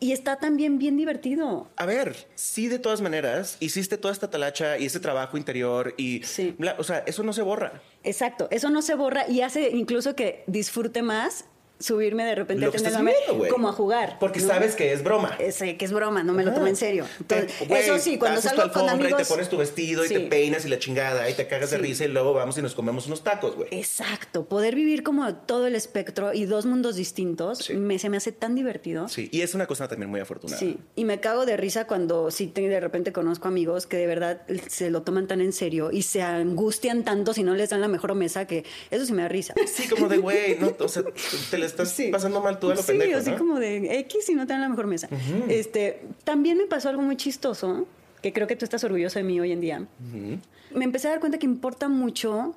S3: Y está también bien divertido.
S2: A ver, sí, de todas maneras, hiciste toda esta talacha y ese trabajo interior y.
S3: Sí.
S2: bla- o sea, eso no se borra.
S3: Exacto, eso no se borra y hace incluso que disfrute más subirme de repente
S2: Lo
S3: al
S2: que
S3: tren del
S2: estás
S3: mame,
S2: viviendo, güey.
S3: como a jugar.
S2: Porque
S3: ¿no?
S2: sabes que es broma.
S3: Es, eh, que es broma, no me lo tomo en serio. Entonces,
S2: Te- Ah. güey,
S3: eso sí, cuando
S2: haces tu
S3: salgo con
S2: alfombra
S3: amigos...
S2: Y te pones tu vestido y
S3: Sí.
S2: te peinas y la chingada y te cagas de
S3: Sí.
S2: risa y luego vamos y nos comemos unos tacos, güey.
S3: Exacto, poder vivir como todo el espectro y dos mundos distintos
S2: Sí.
S3: me, se me hace tan divertido.
S2: Sí, y es una cosa también muy afortunada.
S3: Sí, y me cago de risa cuando sí te- de repente conozco amigos que de verdad se lo toman tan en serio y se angustian tanto si no les dan la mejor mesa que eso sí me da risa.
S2: Sí, como de güey, no, o sea, te la estás
S3: Sí.
S2: pasando mal tú a lo
S3: sí,
S2: pendejo,
S3: así
S2: ¿no?
S3: como de X y no te dan la mejor mesa. Este, también me pasó algo muy chistoso, que creo que tú estás orgulloso de mí hoy en día. Me empecé a dar cuenta que importa mucho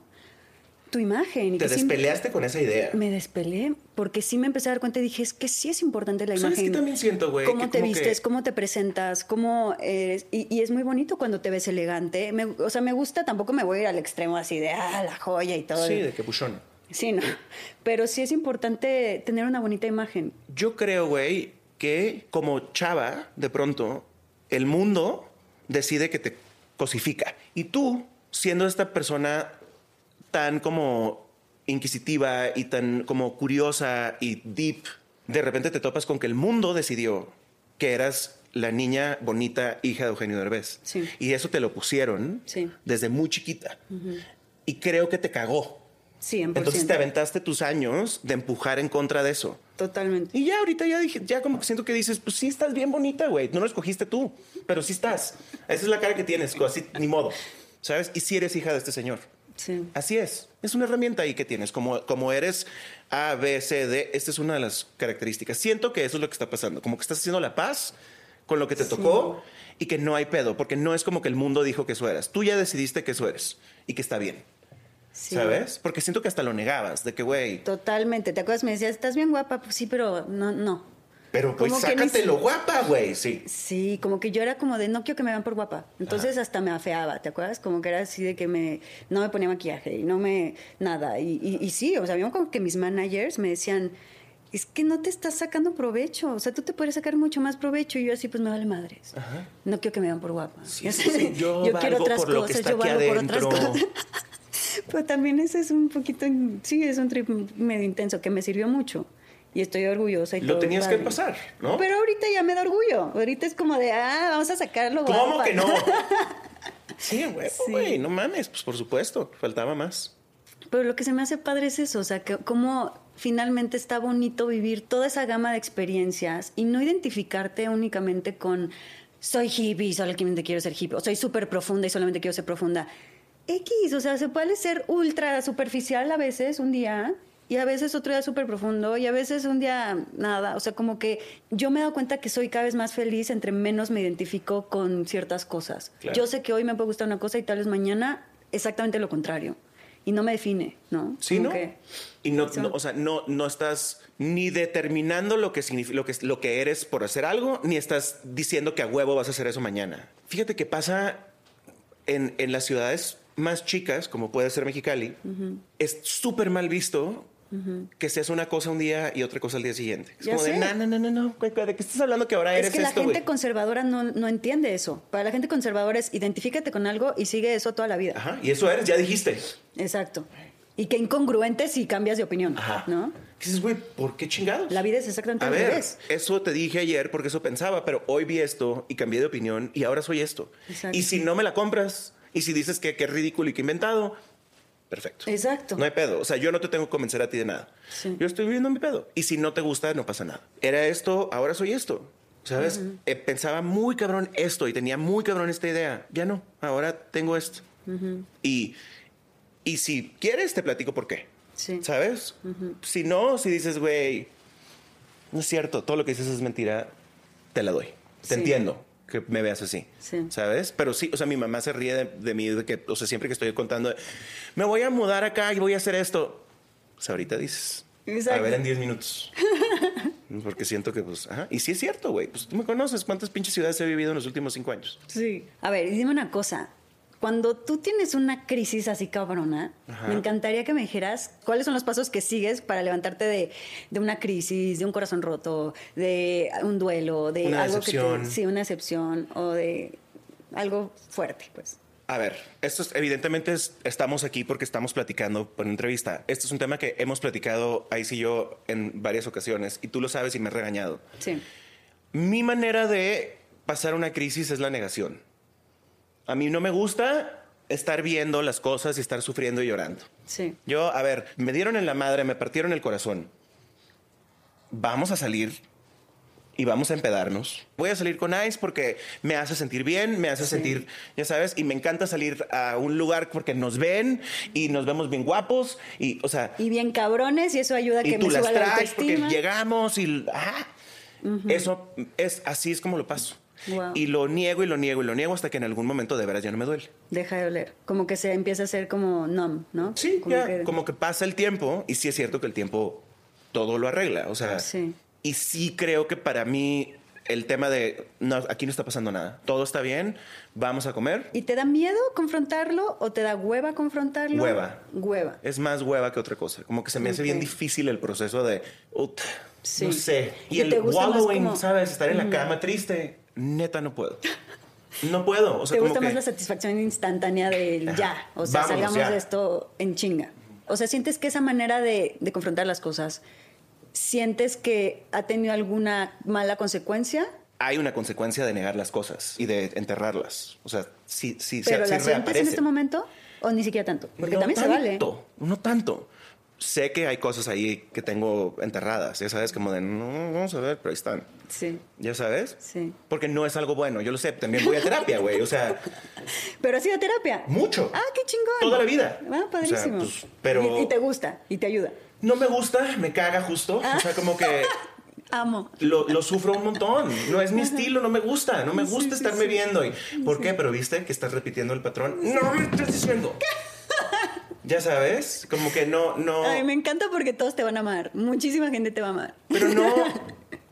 S3: tu imagen. y
S2: Te
S3: que sí-
S2: despeleaste con esa idea.
S3: Me despelé porque sí me empecé a dar cuenta y dije, es que sí es importante la
S2: ¿Sabes
S3: imagen.
S2: qué también siento, güey?
S3: Cómo
S2: Que
S3: te
S2: como
S3: vistes,
S2: que-
S3: cómo te presentas, cómo eres. Y, y es muy bonito cuando te ves elegante. Me- o sea, me gusta, tampoco me voy a ir al extremo así de, ah, la joya y todo.
S2: Sí, de que puchón.
S3: Sí, no. Pero sí es importante tener una bonita imagen.
S2: Yo creo, güey, que como chava, de pronto, el mundo decide que te cosifica. Y tú, siendo esta persona tan como inquisitiva y tan como curiosa y deep, de repente te topas con que el mundo decidió que eras la niña bonita hija de Eugenio Derbez.
S3: Sí.
S2: Y eso te lo pusieron
S3: Sí.
S2: desde muy chiquita. Y creo que te cagó.
S3: 100%.
S2: Entonces te aventaste tus años de empujar en contra de eso.
S3: Totalmente.
S2: Y ya ahorita ya dije, ya como que siento que dices, pues sí estás bien bonita, güey. No lo escogiste tú, pero sí estás. Esa es la cara que tienes, co- así ni modo. ¿Sabes? Y si eres hija de este señor.
S3: Sí.
S2: Así es. Es una herramienta ahí que tienes. Como, como eres A, B, C, D, esta es una de las características. Siento que eso es lo que está pasando. Como que estás haciendo la paz con lo que te tocó y que no hay pedo, porque no es como que el mundo dijo que eso eras. Tú ya decidiste que eso eres y que está bien.
S3: Sí.
S2: ¿Sabes? Porque siento que hasta lo negabas, de que, güey,
S3: Totalmente. ¿Te acuerdas? Me decías, estás bien guapa. Pues sí, pero no, no.
S2: pero pues
S3: Como que ni
S2: sácatelo guapa, güey. Sí.
S3: Sí, como que yo era como de no quiero que me vean por guapa. Entonces hasta me afeaba, ¿te acuerdas? Como que era así de que me no me ponía maquillaje y no me nada. Y, y- y sí, o sea, yo como que mis managers me decían, es que no te estás sacando provecho. O sea, tú te puedes sacar mucho más provecho. Y yo así, pues me vale madres. No quiero que me vean por guapa.
S2: Sí, sí, sí. Yo valgo por lo que está
S3: yo
S2: aquí
S3: valgo por otras
S2: adentro.
S3: cosas. Pero también ese es un poquito, sí, es un trip medio intenso que me sirvió mucho. Y estoy orgullosa y
S2: Lo
S3: todo
S2: tenías que
S3: padre.
S2: pasar, ¿no?
S3: Pero ahorita ya me da orgullo. Ahorita es como de, ah, vamos a sacarlo.
S2: ¿Cómo
S3: guapa.
S2: que no? Sí, güey,
S3: Sí.
S2: güey, no mames, pues por supuesto, faltaba más.
S3: Pero lo que se me hace padre es eso, o sea, que cómo finalmente está bonito vivir toda esa gama de experiencias y no identificarte únicamente con soy hippie y solamente quiero ser hippie, o soy súper profunda y solamente quiero ser profunda. X, o sea, se puede ser ultra superficial a veces un día y a veces otro día súper profundo y a veces un día nada, o sea, como que yo me he dado cuenta que soy cada vez más feliz entre menos me identifico con ciertas cosas.
S2: Claro.
S3: Yo sé que hoy me puede gustar una cosa y tal vez mañana exactamente lo contrario. Y no me define, ¿no?
S2: Sí,
S3: Como
S2: ¿no?
S3: que-
S2: Y no,
S3: Eso.
S2: no, o sea, no, no estás ni determinando lo que, signifi- lo, que, lo que eres por hacer algo, ni estás diciendo que a huevo vas a hacer eso mañana. Fíjate que pasa en, en las ciudades más chicas, como puede ser Mexicali, es súper mal visto que seas una cosa un día y otra cosa al día siguiente. Es
S3: Ya
S2: como de,
S3: sé.
S2: no, no, no, no, no, güey, ¿de qué estás hablando que ahora
S3: Es
S2: Ah, eres
S3: que la
S2: esto,
S3: gente
S2: güey?
S3: conservadora no, no entiende eso. Para la gente conservadora es identifícate con algo y sigue eso toda la vida.
S2: Ajá, y eso eres, ya dijiste.
S3: Exacto. Y que incongruente si cambias de opinión,
S2: Ajá.
S3: ¿no?
S2: ¿Qué dices, güey? ¿Por qué chingados?
S3: La vida es exactamente
S2: A
S3: al
S2: ver,
S3: revés.
S2: eso te dije ayer porque eso pensaba, pero hoy vi esto y cambié de opinión y ahora soy esto.
S3: Exacto.
S2: Y si no me la compras y si dices que qué ridículo y que inventado, perfecto.
S3: Exacto.
S2: No hay pedo. O sea, yo no te tengo que convencer a ti de nada.
S3: Sí.
S2: Yo estoy viviendo mi pedo. Y si no te gusta, no pasa nada. Era esto, ahora soy esto. ¿Sabes? Eh, pensaba muy cabrón esto y tenía muy cabrón esta idea. Ya no, ahora tengo esto. y, y si quieres, te platico por qué.
S3: Sí.
S2: ¿Sabes? Si no, si dices, güey, no es cierto, todo lo que dices es mentira, te la doy. Te
S3: Sí.
S2: entiendo que me veas así.
S3: Sí.
S2: ¿Sabes? Pero sí, o sea, mi mamá se ríe de, de mí, de que, o sea, siempre que estoy contando, me voy a mudar acá y voy a hacer esto. Pues ahorita dices. A
S3: Exacto.
S2: ver en 10 minutos. Porque siento que, pues, ajá. Y sí es cierto, güey. Pues tú me conoces cuántas pinches ciudades he vivido en los últimos cinco años.
S3: Sí. A ver, y dime una cosa. Cuando tú tienes una crisis así cabrona,
S2: Ajá.
S3: me encantaría que me dijeras cuáles son los pasos que sigues para levantarte de, de una crisis, de un corazón roto, de un duelo, de
S2: Una
S3: algo que
S2: decepción.
S3: te, sí, una excepción o de algo fuerte, pues.
S2: A ver, esto es, evidentemente es- estamos aquí porque estamos platicando por una entrevista. Esto es un tema que hemos platicado ahí sí yo en varias ocasiones y tú lo sabes y me has regañado.
S3: Sí.
S2: Mi manera de pasar una crisis es la negación. A mí no me gusta estar viendo las cosas y estar sufriendo y llorando.
S3: Sí.
S2: Yo, a ver, me dieron en la madre, me partieron el corazón. Vamos a salir y vamos a empedarnos. Voy a salir con Ice porque me hace sentir bien, me hace sentir, ya sabes, y me encanta salir a un lugar porque nos ven y nos vemos bien guapos y, o sea,
S3: Y bien cabrones, y eso ayuda a que
S2: y tú
S3: me
S2: las
S3: suba la
S2: traes porque
S3: autoestima.
S2: llegamos y ajá. eso es así es como lo paso.
S3: Guau.
S2: Y lo niego y lo niego y lo niego hasta que en algún momento de veras ya no me duele.
S3: Deja de oler. Como que se empieza a hacer como numb, ¿no?
S2: Sí,
S3: como
S2: ya,
S3: que-
S2: como que pasa el tiempo y sí es cierto que el tiempo todo lo arregla, o sea,
S3: Sí.
S2: y sí creo que para mí el tema de no, aquí no está pasando nada, todo está bien, vamos a comer,
S3: ¿Y te da miedo confrontarlo o te da hueva confrontarlo?
S2: Hueva.
S3: Hueva.
S2: es más hueva que otra cosa, como que se me hace bien
S3: Ok.
S2: difícil el proceso de, ut,
S3: Sí.
S2: no sé, y,
S3: Y
S2: el
S3: te gusta más
S2: wallowing,
S3: como-
S2: ¿sabes? Estar en la cama triste, neta no puedo, no puedo, o sea,
S3: ¿Te
S2: como
S3: gusta
S2: que-
S3: más la satisfacción instantánea del
S2: Ajá.
S3: ya? O sea,
S2: Vámonos,
S3: salgamos
S2: ya.
S3: de esto en chinga. O sea, ¿sientes que esa manera de, de confrontar las cosas, sientes que ha tenido alguna mala consecuencia?
S2: hay una consecuencia de negar las cosas y de enterrarlas, o sea, sí, sí,
S3: ¿Pero
S2: sí
S3: la sientes en
S2: reaparecen.
S3: este momento? ¿O ni siquiera tanto? Porque
S2: no
S3: también
S2: tanto,
S3: se vale.
S2: No tanto. Sé que hay cosas ahí que tengo enterradas, ya sabes, como de, no, vamos a ver, pero ahí están.
S3: Sí.
S2: ¿Ya sabes?
S3: Sí.
S2: Porque no es algo bueno, yo lo sé, también voy a terapia, güey, o sea,
S3: ¿Pero has ido a terapia?
S2: mucho.
S3: Ah, qué chingón.
S2: Toda la vida.
S3: Ah, padrísimo.
S2: O sea, pues, pero-
S3: y, y te gusta, y te ayuda.
S2: No me gusta, me caga justo, o sea, como que
S3: Amo.
S2: lo, lo sufro un montón, no es mi estilo, no me gusta, no me
S3: Sí,
S2: gusta
S3: sí,
S2: estarme
S3: sí.
S2: viendo. Y, ¿Por qué? Pero viste que estás repitiendo el patrón. No me estás diciendo. Ya sabes, como que no, no...
S3: Ay, me encanta porque todos te van a amar. Muchísima gente te va a amar.
S2: Pero no.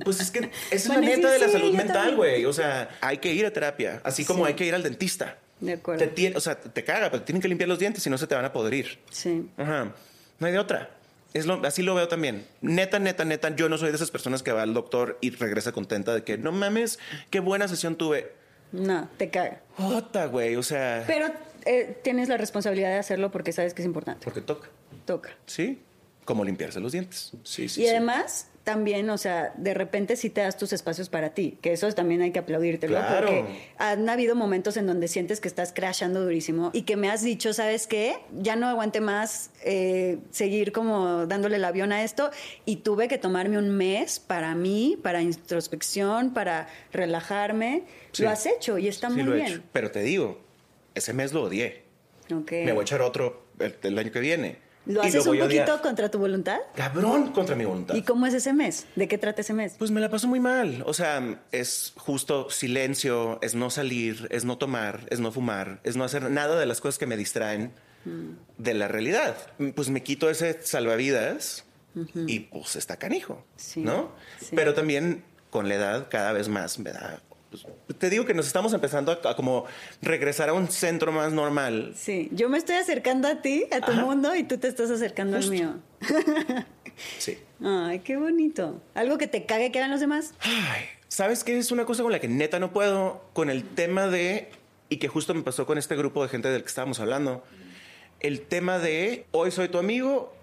S2: Pues es que esa es
S3: Bueno,
S2: la
S3: sí,
S2: neta de la
S3: sí,
S2: salud
S3: yo
S2: mental,
S3: también.
S2: güey. O sea, hay que ir a terapia, así como
S3: Sí.
S2: hay que ir al dentista.
S3: De acuerdo.
S2: Te tie- o sea, te caga, pero tienen que limpiar los dientes, si no se te van a podrir.
S3: Sí.
S2: Ajá. No hay de otra. Es lo, así lo veo también. Neta, neta, neta, yo no soy de esas personas que va al doctor y regresa contenta de que no mames, qué buena sesión tuve.
S3: No, te caga.
S2: Jota, güey. O sea,
S3: Pero eh, tienes la responsabilidad de hacerlo porque sabes que es importante.
S2: porque toca.
S3: Toca.
S2: Sí. Como limpiarse los dientes. Sí, sí.
S3: y
S2: sí.
S3: además, también, o sea, de repente sí te das tus espacios para ti, que eso también hay que aplaudírtelo,
S2: Claro.
S3: porque han habido momentos en donde sientes que estás crashando durísimo y que me has dicho, ¿sabes qué? Ya no aguante más eh, seguir como dándole el avión a esto y tuve que tomarme un mes para mí, para introspección, para relajarme.
S2: Sí.
S3: Lo has hecho y está
S2: Sí
S3: muy
S2: lo he hecho.
S3: bien.
S2: Pero te digo, ese mes lo odié.
S3: Ok.
S2: Me voy a echar otro el, el año que viene.
S3: ¿Lo
S2: Y
S3: haces un
S2: voy a
S3: poquito
S2: odiar.
S3: contra tu voluntad?
S2: Cabrón contra mi voluntad.
S3: ¿Y cómo es ese mes? ¿De qué trata ese mes?
S2: Pues me la paso muy mal. O sea, es justo silencio, es no salir, es no tomar, es no fumar, es no hacer nada de las cosas que me distraen
S3: Mm.
S2: de la realidad. Pues me quito ese salvavidas y pues está canijo,
S3: Sí,
S2: ¿no?
S3: sí.
S2: Pero también con la edad cada vez más me da... pues, te digo que nos estamos empezando a, a como regresar a un centro más normal.
S3: Sí, yo me estoy acercando a ti, a tu
S2: Ajá.
S3: mundo, y tú te estás acercando
S2: Justo.
S3: al mío.
S2: Sí.
S3: Ay, qué bonito. Algo que te cague que hagan los demás.
S2: Ay, ¿sabes qué? Es una cosa con la que neta no puedo, con el tema de, y que justo me pasó con este grupo de gente del que estábamos hablando, el tema de hoy soy tu amigo,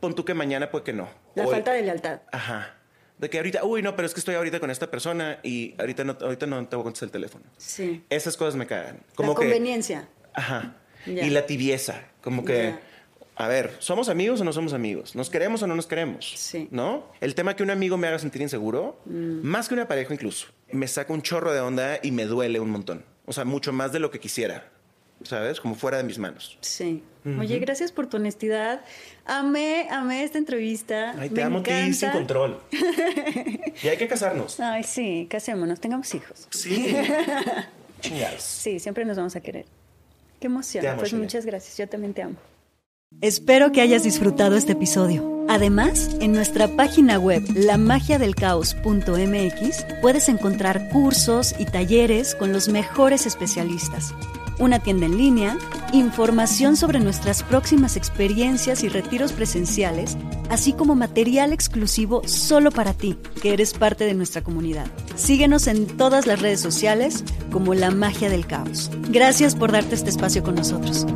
S2: pon tú que mañana pues que no.
S3: La
S2: Hoy-
S3: falta de lealtad.
S2: Ajá. De que ahorita, uy, no, pero es que estoy ahorita con esta persona y ahorita no, ahorita no te voy a contestar el teléfono.
S3: Sí.
S2: Esas cosas me cagan.
S3: La
S2: Como que,
S3: conveniencia.
S2: Ajá.
S3: Ya.
S2: Y la tibieza, como que,
S3: Ya.
S2: a ver, ¿somos amigos o no somos amigos? ¿Nos queremos o no nos queremos?
S5: Sí.
S2: ¿No? El tema que un amigo me haga sentir inseguro, más que una pareja incluso, me saca un chorro de onda y me duele un montón. O sea, mucho más de lo que quisiera, ¿sabes? Como fuera de mis manos.
S5: Sí. Oye, gracias por tu honestidad. Amé, amé esta entrevista.
S2: Ay, te
S5: Me
S2: amo a ti sin
S5: encanta.
S2: control. y hay que casarnos.
S5: Ay, sí, casémonos, tengamos hijos.
S2: Sí. Chingados.
S5: Sí, siempre nos vamos a querer. Qué emoción.
S2: Te amo,
S5: pues
S2: Shirley.
S5: muchas gracias. Yo también te amo.
S3: Espero que hayas disfrutado este episodio. Además, en nuestra página web lamagiadelcaos.mx puedes encontrar cursos y talleres con los mejores especialistas, una tienda en línea, información sobre nuestras próximas experiencias y retiros presenciales, así como material exclusivo solo para ti, que eres parte de nuestra comunidad. Síguenos en todas las redes sociales como La Magia del Caos. Gracias por darte este espacio con nosotros.